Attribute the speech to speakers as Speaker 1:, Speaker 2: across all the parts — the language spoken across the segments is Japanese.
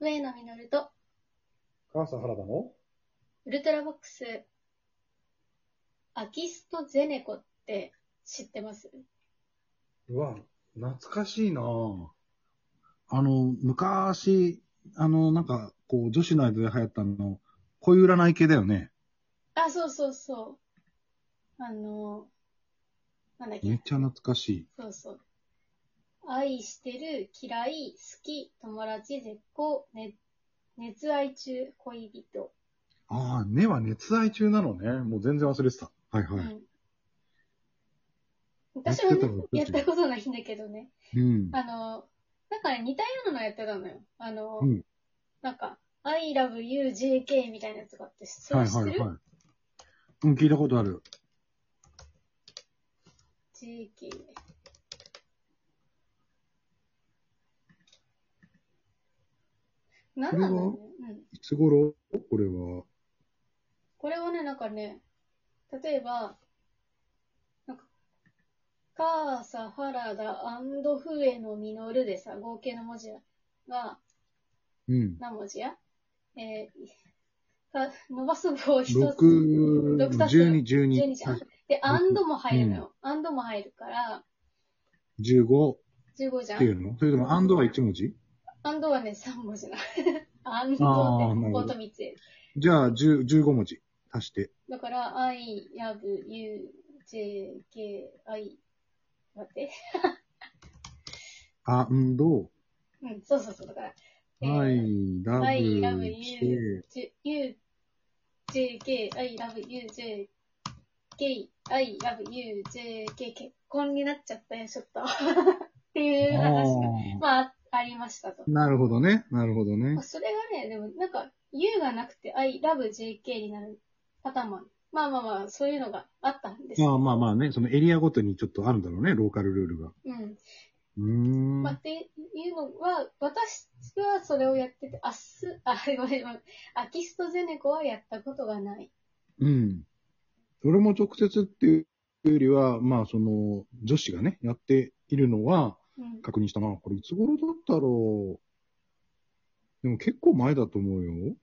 Speaker 1: 上野実と、
Speaker 2: 関西原田の
Speaker 1: ウルトラボックス、アキストゼネコって知ってます
Speaker 2: うわ、懐かしいなぁ。
Speaker 3: あの、昔、あの、なんか、こう、女子の間で流行ったあの、恋占い系だよね。
Speaker 1: あ、そうそうそう。あの、なんだっ
Speaker 3: めっ
Speaker 1: け。
Speaker 3: ちゃ懐かしい。
Speaker 1: そうそう。愛してる、嫌い、好き、友達、絶好、ね、熱愛中、恋人。
Speaker 3: ああ、
Speaker 2: 根は熱愛中なのね。もう全然忘れてた。
Speaker 3: はいは
Speaker 1: う
Speaker 3: い。
Speaker 1: ん私もね
Speaker 3: やってたの
Speaker 1: やったことないんだけどね。
Speaker 3: うん。
Speaker 1: あの、なんかね、似たようなのやってたのよ。あの、
Speaker 3: うん
Speaker 1: なんか、I love you, JK みたいなやつがあって、そ
Speaker 3: は
Speaker 1: れ
Speaker 3: い
Speaker 1: 知って
Speaker 3: は
Speaker 1: る、
Speaker 3: いはい。うん、聞いたことある。
Speaker 1: JK。なんなんだろうね。うん。
Speaker 3: いつ頃これは。
Speaker 1: これはね、なんかね、例えば、なんか、カーサ、ハラダ、アンドフエのミノルでさ、合計の文字が
Speaker 3: うん。
Speaker 1: 何文字やえー、か伸ばす棒一つ。
Speaker 3: 六
Speaker 1: 六足す
Speaker 3: 十二十
Speaker 1: 12
Speaker 3: 二
Speaker 1: じゃん。で、アンドも入るのよ。アンドも入るから、
Speaker 3: 十五
Speaker 1: 15じゃ
Speaker 3: ってい
Speaker 1: ん。
Speaker 3: うのそれとも、アンドは一文字
Speaker 1: アンドはね、3文字な の。アンド
Speaker 3: あー
Speaker 1: って、
Speaker 3: なる
Speaker 1: ほ
Speaker 3: ほ
Speaker 1: ん
Speaker 3: ど
Speaker 1: と3つ。
Speaker 3: じゃあ、十、十五文字足して。
Speaker 1: だから、I love you, J, K, I, 待って。
Speaker 3: アンド、
Speaker 1: うん、そうそうそう。だから、えー
Speaker 3: はい、ラブ、
Speaker 1: I love
Speaker 3: して
Speaker 1: you, J, U, J, K, I love you, J, K, I love you, J, K, 結婚になっちゃったよ、ちょっと。っていう話が、
Speaker 3: あ
Speaker 1: まあ、ありましたと
Speaker 3: ー。なるほどね。なるほどね
Speaker 1: まあ。それがね、でもなんか、U がなくて I love JK になるパターンもある。まあまあまあ、そういうのがあったんです。
Speaker 3: まあまあまあね、そのエリアごとにちょっとあるんだろうね、ローカルルールが。
Speaker 1: うん。
Speaker 3: うーん。
Speaker 1: まあ、っていうのは、私はそれをやってて、アス、あ、ごめんごめん。アキストゼネコはやったことがない。
Speaker 3: うん。俺も直接っていうよりは、まあその、女子がね、やっているのは
Speaker 1: うん。
Speaker 3: 確認したな。これいつ頃だったろう。でも結構前だと思うよ。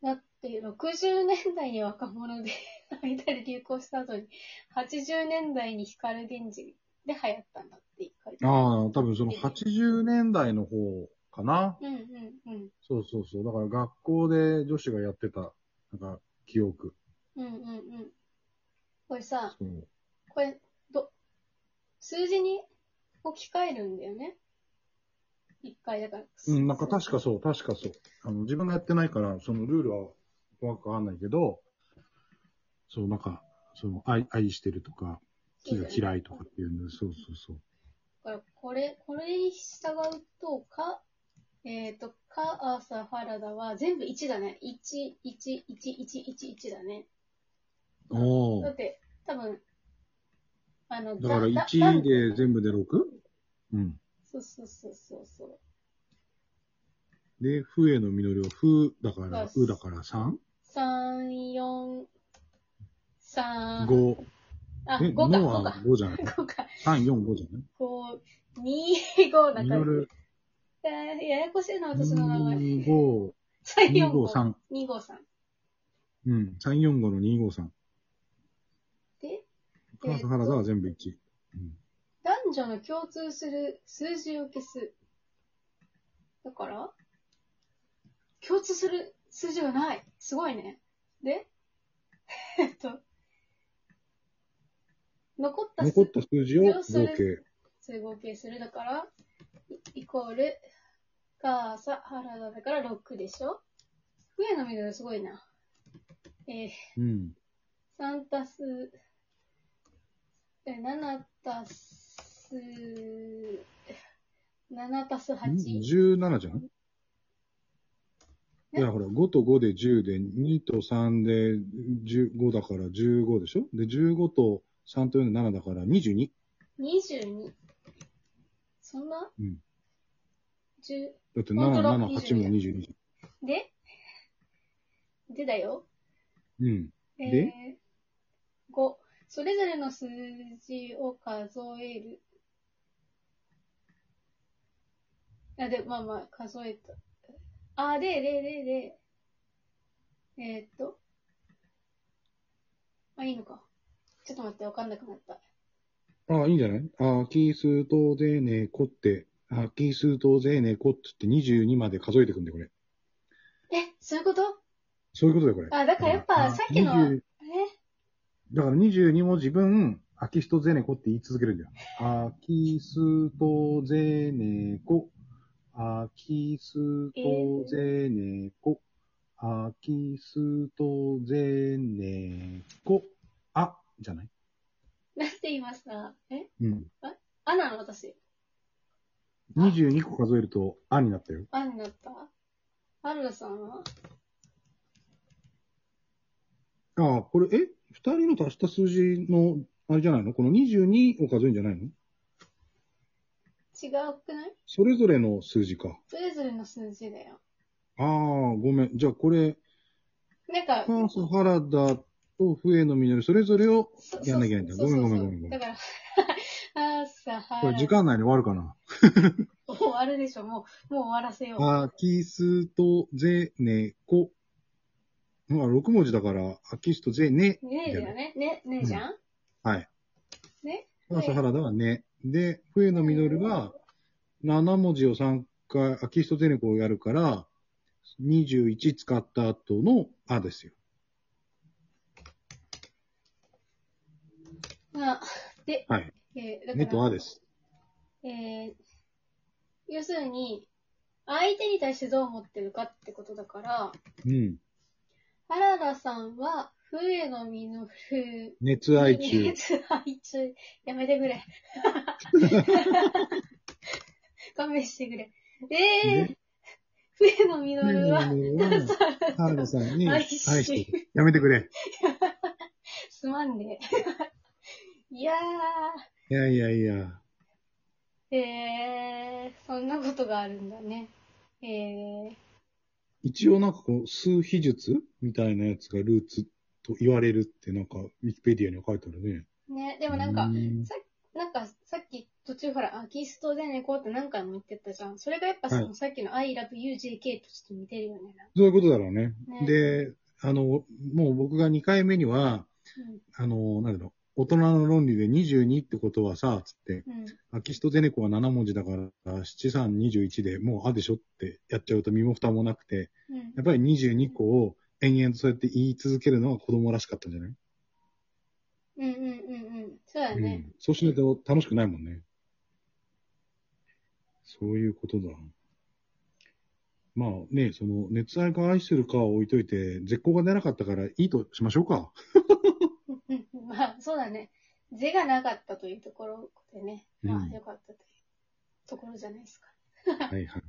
Speaker 1: だって、60年代に若者で 間で流行した後に、80年代に光源氏で流行ったんだって書いて
Speaker 3: ああ
Speaker 1: ある。、
Speaker 3: 多分その80年代の方かな。
Speaker 1: うんうんうん。
Speaker 3: そうそうそう。だから学校で女子がやってた、なんか、記憶。
Speaker 1: うんうんうん。これさ、
Speaker 3: そう。
Speaker 1: これ、ど、数字に置き換えるんだよね。一回だから。
Speaker 3: うん、なんか確かそう、確かそう。あの、自分がやってないから、そのルールは怖くわかんないけど、そう、なんか、その、愛、愛してるとか、
Speaker 1: そ
Speaker 3: 気
Speaker 1: うだ
Speaker 3: が
Speaker 1: よね
Speaker 3: 嫌いとかっていうので、そうそうそう。
Speaker 1: だから、これ、これに従うと、か、えっ、と、か、アーサー、ファラダは全部1だね。1、1、1、1、1、1だね。
Speaker 3: お
Speaker 1: だって、多分、あの、
Speaker 3: だから
Speaker 1: だだ
Speaker 3: 1で全部で 6? うん。
Speaker 1: そうそうそうそうそう。
Speaker 3: で、ふえの実りは、ふだか
Speaker 1: よ
Speaker 3: ら、
Speaker 1: し
Speaker 3: うだから3、
Speaker 1: 3、4、3、
Speaker 3: 5。
Speaker 1: あ、
Speaker 3: え、
Speaker 1: 5か、
Speaker 3: の
Speaker 1: 5
Speaker 3: は
Speaker 1: か、
Speaker 3: 5じゃない。
Speaker 1: 5か、
Speaker 3: 3、4、5じゃない
Speaker 1: こう、2、5だから
Speaker 3: 実。る、
Speaker 1: やややこしいな、私の名前。
Speaker 3: 2、5、
Speaker 1: 3 4
Speaker 3: 2、5、
Speaker 1: 5
Speaker 3: 3。
Speaker 1: 2 5 3
Speaker 3: うん。3、4、5の2、5、3。
Speaker 1: で、え
Speaker 3: 川
Speaker 1: ーと
Speaker 3: 原田は全部1。
Speaker 1: 男女の共通する数字を消す。だから、共通する数字がない。すごいね。で、 えっと、残った数
Speaker 3: 残った数字を合
Speaker 1: それ
Speaker 3: 計。
Speaker 1: 数合計する。だから、イイコール、ガーサ、ハラダだから6でしょ上の緑すごいな。えー、
Speaker 3: うん。
Speaker 1: 3たす、え、7たす、7たす8。
Speaker 3: 17じゃんい
Speaker 1: え
Speaker 3: や、ほら、5と5で10で、2と3で15だから15でしょで、15と3と4で7だから22。
Speaker 1: 22。そんな
Speaker 3: うん。
Speaker 1: 10
Speaker 3: だって7、
Speaker 1: 本当だ
Speaker 3: 7、8も22じ
Speaker 1: ででだよ。
Speaker 3: ゃん。うん。
Speaker 1: え
Speaker 3: で
Speaker 1: ー、5。それぞれの数字を数える。あ、で、まあまあ、数えた。あ、で、で、で、で、えーっと。あ、いいのか。ちょっと待って、わかんなくなった。
Speaker 3: ああ、いいんじゃないああ、奇数と税ねこって、ああ、奇数と税ねこっつって22まで数えてくんで、これ。
Speaker 1: え、そういうこと
Speaker 3: そういうことだよ、これ。
Speaker 1: あ、だからやっぱ、さっきのは、
Speaker 3: あ
Speaker 1: え
Speaker 3: 20だから22文字分、アキシとゼネコって言い続けるんだよ。アキスとゼネコ。アキスとゼネコ。アキスとゼネコ。あ、じゃない
Speaker 1: なんて言いましたえ
Speaker 3: うん。
Speaker 1: あなの私。
Speaker 3: 22個数えると、あになったよ。
Speaker 1: あになったあるらさんは
Speaker 3: あこれ、え二人の足した数字の、あれじゃないのこの22を数えるんじゃないの
Speaker 1: 違うくない
Speaker 3: それぞれの数字か。
Speaker 1: それぞれの数字だよ。
Speaker 3: ああ、ごめん。じゃあこれ、
Speaker 1: なんか、
Speaker 3: パース、原田と笛の実り、それぞれを
Speaker 1: そ
Speaker 3: やんなきゃいけないんだ。
Speaker 1: そ
Speaker 3: ご
Speaker 1: う
Speaker 3: め
Speaker 1: そ
Speaker 3: ん
Speaker 1: う
Speaker 3: ご
Speaker 1: そう
Speaker 3: めんごめんご
Speaker 1: だ
Speaker 3: めん。
Speaker 1: から、 あーさ、は
Speaker 3: これ時間内に終わるかな。
Speaker 1: 終わるでしょ。もう、もう終わらせよう。
Speaker 3: あきすとぜねこ。まあ、6文字だから、あきすとぜね。
Speaker 1: ねえだよね。ね、ねえじゃん、
Speaker 3: はい。
Speaker 1: ね
Speaker 3: パース、原田はね。で、笛の実りは、7文字を3回、あきすとぜねこをやるから、21使った後のあですよ。
Speaker 1: あ、で、
Speaker 3: はい。
Speaker 1: えーだから
Speaker 3: ねとあです。
Speaker 1: えー要するに、相手に対してどう思ってるかってことだから、
Speaker 3: うん。
Speaker 1: 原田さんは、笛の実の風、
Speaker 3: 熱愛中。
Speaker 1: 熱愛中。やめてくれ。勘弁してくれ。ええ
Speaker 3: ね
Speaker 1: 笛の実は、
Speaker 3: 原田さ んに
Speaker 1: 愛
Speaker 3: 愛
Speaker 1: し
Speaker 3: してる。やめてくれ。
Speaker 1: すまんね。いや
Speaker 3: いやいやいや。
Speaker 1: ー、えー、そんなことがあるんだね。えー、
Speaker 3: 一応なんかこう、数秘術みたいなやつがルーツと言われるってなんか、ウィキペディアには書いてあるね。
Speaker 1: ね、でもなんか
Speaker 3: う、ん
Speaker 1: さなんかさっき途中ほら、アキストでね、こうって何回も言ってたじゃん。それがやっぱその、
Speaker 3: は
Speaker 1: さっきの I love you JK とちょっと似てるよね。
Speaker 3: そういうことだろうね。
Speaker 1: ね
Speaker 3: で、あの、もう僕が2回目には、あの、なんだろう、大人の論理で22ってことはさ、つって、
Speaker 1: うん。うん。
Speaker 3: アキシトゼネコは7文字だから、7321でもうあでしょってやっちゃうと身も蓋もなくて、
Speaker 1: うん
Speaker 3: やっぱり22個を延々とそうやって言い続けるのは子供らしかったんじゃない、
Speaker 1: うんうんうんうん。そうだ
Speaker 3: う
Speaker 1: ね。
Speaker 3: ん。そうしないと楽しくないもんね。そういうことだ。まあね、その、熱愛か愛するかは置いといて、絶好が出なかったからいいとしましょうか。
Speaker 1: うんまあ、そうだね。是がなかったというところでね。ま
Speaker 3: う
Speaker 1: あ、
Speaker 3: ん
Speaker 1: よかったというところじゃないですか。
Speaker 3: はいはい。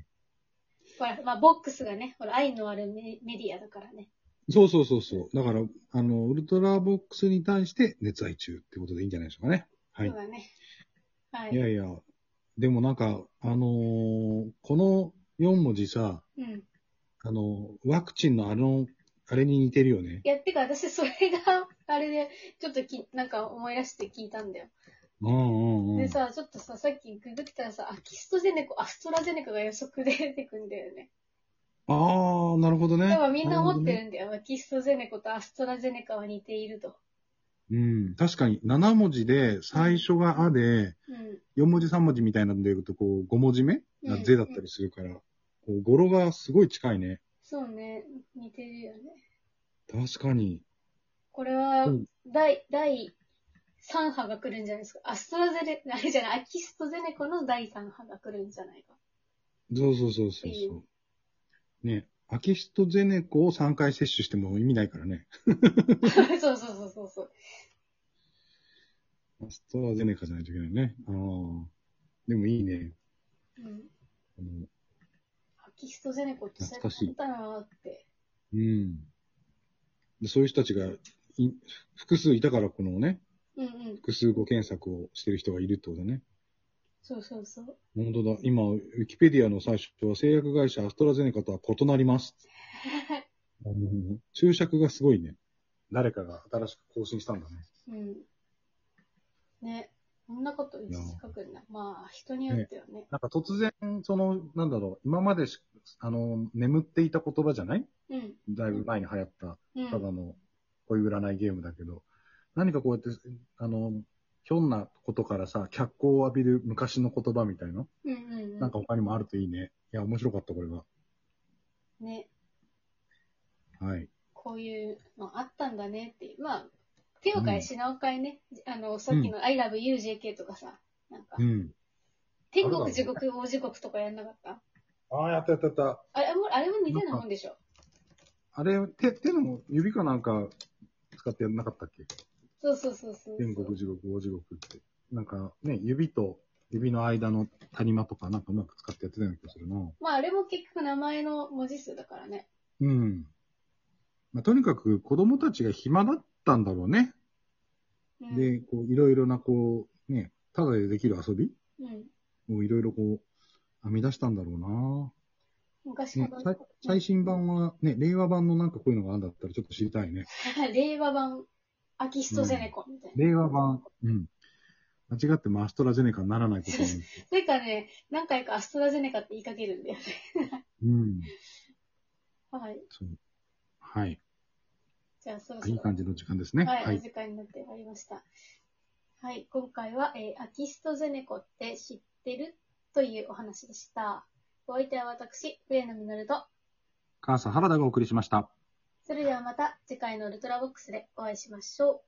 Speaker 1: ほら、まあ、ボックスがね、ほら、愛のあるメメディアだからね。
Speaker 3: そうそうそうそう。だから、あの、ウルトラボックスに対して熱愛中ってことでいいんじゃないでしょうかね。はい
Speaker 1: そうだね。はい。
Speaker 3: いやいや、でもなんか、あのーこの4文字さ、
Speaker 1: うん。
Speaker 3: あの、ワクチンのあの、あれに似てるよね。
Speaker 1: いや、てか私、それが、あれで、ちょっとき、なんか思い出して聞いたんだよ。
Speaker 3: うんうんうん。
Speaker 1: でさ、ちょっとさ、さっきググったらさ、アキストゼネコ、アストラゼネカが予測で出てくんだよね。
Speaker 3: ああ、なるほどね。
Speaker 1: でもみんな思って
Speaker 3: る
Speaker 1: るんだよ。アキストゼネコとアストラゼネカは似ていると。
Speaker 3: ほどね。うん。確かに、7文字で、最初があで、
Speaker 1: うん。
Speaker 3: 4文字3文字みたいなんで言うと、こう、5文字目が
Speaker 1: うん
Speaker 3: ぜだったりするから、こう語呂がすごい近いね。
Speaker 1: そうね。似てるよね。
Speaker 3: 確かに。
Speaker 1: これは
Speaker 3: うん、
Speaker 1: 第、第3波が来るんじゃないですか。アストラゼネ、あれじゃない、アキストゼネコの第3波が来るんじゃ ないか。
Speaker 3: そうそうそうそう
Speaker 1: いい
Speaker 3: そう。ね。アキシトゼネコを3回接種しても意味ないからね。
Speaker 1: そうそうそうそうそう。
Speaker 3: アストラゼネカじゃないといけないね。ああ。でもいいね。
Speaker 1: うん。
Speaker 3: あの
Speaker 1: アキストゼネコって
Speaker 3: 懐かしい
Speaker 1: だなーって。
Speaker 3: うん。でそういう人たちがい複数いたから、このね、
Speaker 1: うんうん。
Speaker 3: 複数語検索をしてる人がいるってことだね。
Speaker 1: そうそうそう。
Speaker 3: 本当だ。今、ウィキペディアの最初は製薬会社アストラゼネカとは異なります。あの注釈がすごいね。誰かが新しく更新したんだね。
Speaker 1: うん。ね。そんなこと1時間くんな。まあ、人によってはね。
Speaker 3: なんか突然、その、なんだろう、今までし、あの、眠っていた言葉じゃない
Speaker 1: うん。
Speaker 3: だいぶ前に流行った、
Speaker 1: う
Speaker 3: ただ
Speaker 1: ん。
Speaker 3: の恋占いゲームだけど、何かこうやって、あの、ひょんなことからさ、脚光を浴びる昔の言葉みたいな、
Speaker 1: うんうん
Speaker 3: なん
Speaker 1: う
Speaker 3: か他にもあるといいね。いや、面白かった、これは。
Speaker 1: ん。ね。
Speaker 3: はい。
Speaker 1: こういうのあったんだねっていう。まあ、手を変え品を変えね。あの、さっきの I love you JK とかさ、なんか
Speaker 3: う、ん。
Speaker 1: 天
Speaker 3: あ
Speaker 1: 国
Speaker 3: る
Speaker 1: 地
Speaker 3: だろう
Speaker 1: 獄大地獄とかやんなかった
Speaker 2: ああ、やったやったやった。
Speaker 1: あれも、あれも似たようなもんでしょ。
Speaker 3: あれ、手、手の指かなんか使ってなかったっけ
Speaker 1: そうそうそうそう。
Speaker 3: 天国、地獄、大地獄って。なんかね、指と指の間の谷間とかなんかうまく使ってやってたような気がするな。
Speaker 1: まあ、あれも結局名前の文字数だからね。
Speaker 3: うん。まあ、とにかく子供たちが暇だったんだろうね。
Speaker 1: うん、
Speaker 3: で、こう、いろいろな、こう、ね、ただでできる遊び
Speaker 1: うん。
Speaker 3: をいろいろこう、編み出したんだろうな。
Speaker 1: 昔
Speaker 3: ね
Speaker 1: ほ、
Speaker 3: さい
Speaker 1: ど、
Speaker 3: 最新版は、ね、令和版のなんかこういうのがあるんだったらちょっと知りたいね。
Speaker 1: 令和版、アキヒトゼネコンみたいな。
Speaker 3: 令和版、うん。間違ってもアストラゼネカにならないことに。
Speaker 1: なんかね、何回かアストラゼネカって言いかけるんだよね。
Speaker 3: うん。
Speaker 1: はい。
Speaker 3: そう。はい。
Speaker 1: じゃあ、そろそ
Speaker 3: い
Speaker 1: ろ
Speaker 3: い。感じの時間ですね。
Speaker 1: はい、
Speaker 3: は
Speaker 1: お
Speaker 3: い。
Speaker 1: 時間になってまいりました。はい、今回は、えーアキストゼネコって知ってるというお話でした。お相手は私、上野実と、
Speaker 3: 母さん、原田がお送りしました。
Speaker 1: それではまた次回のウルトラボックスでお会いしましょう。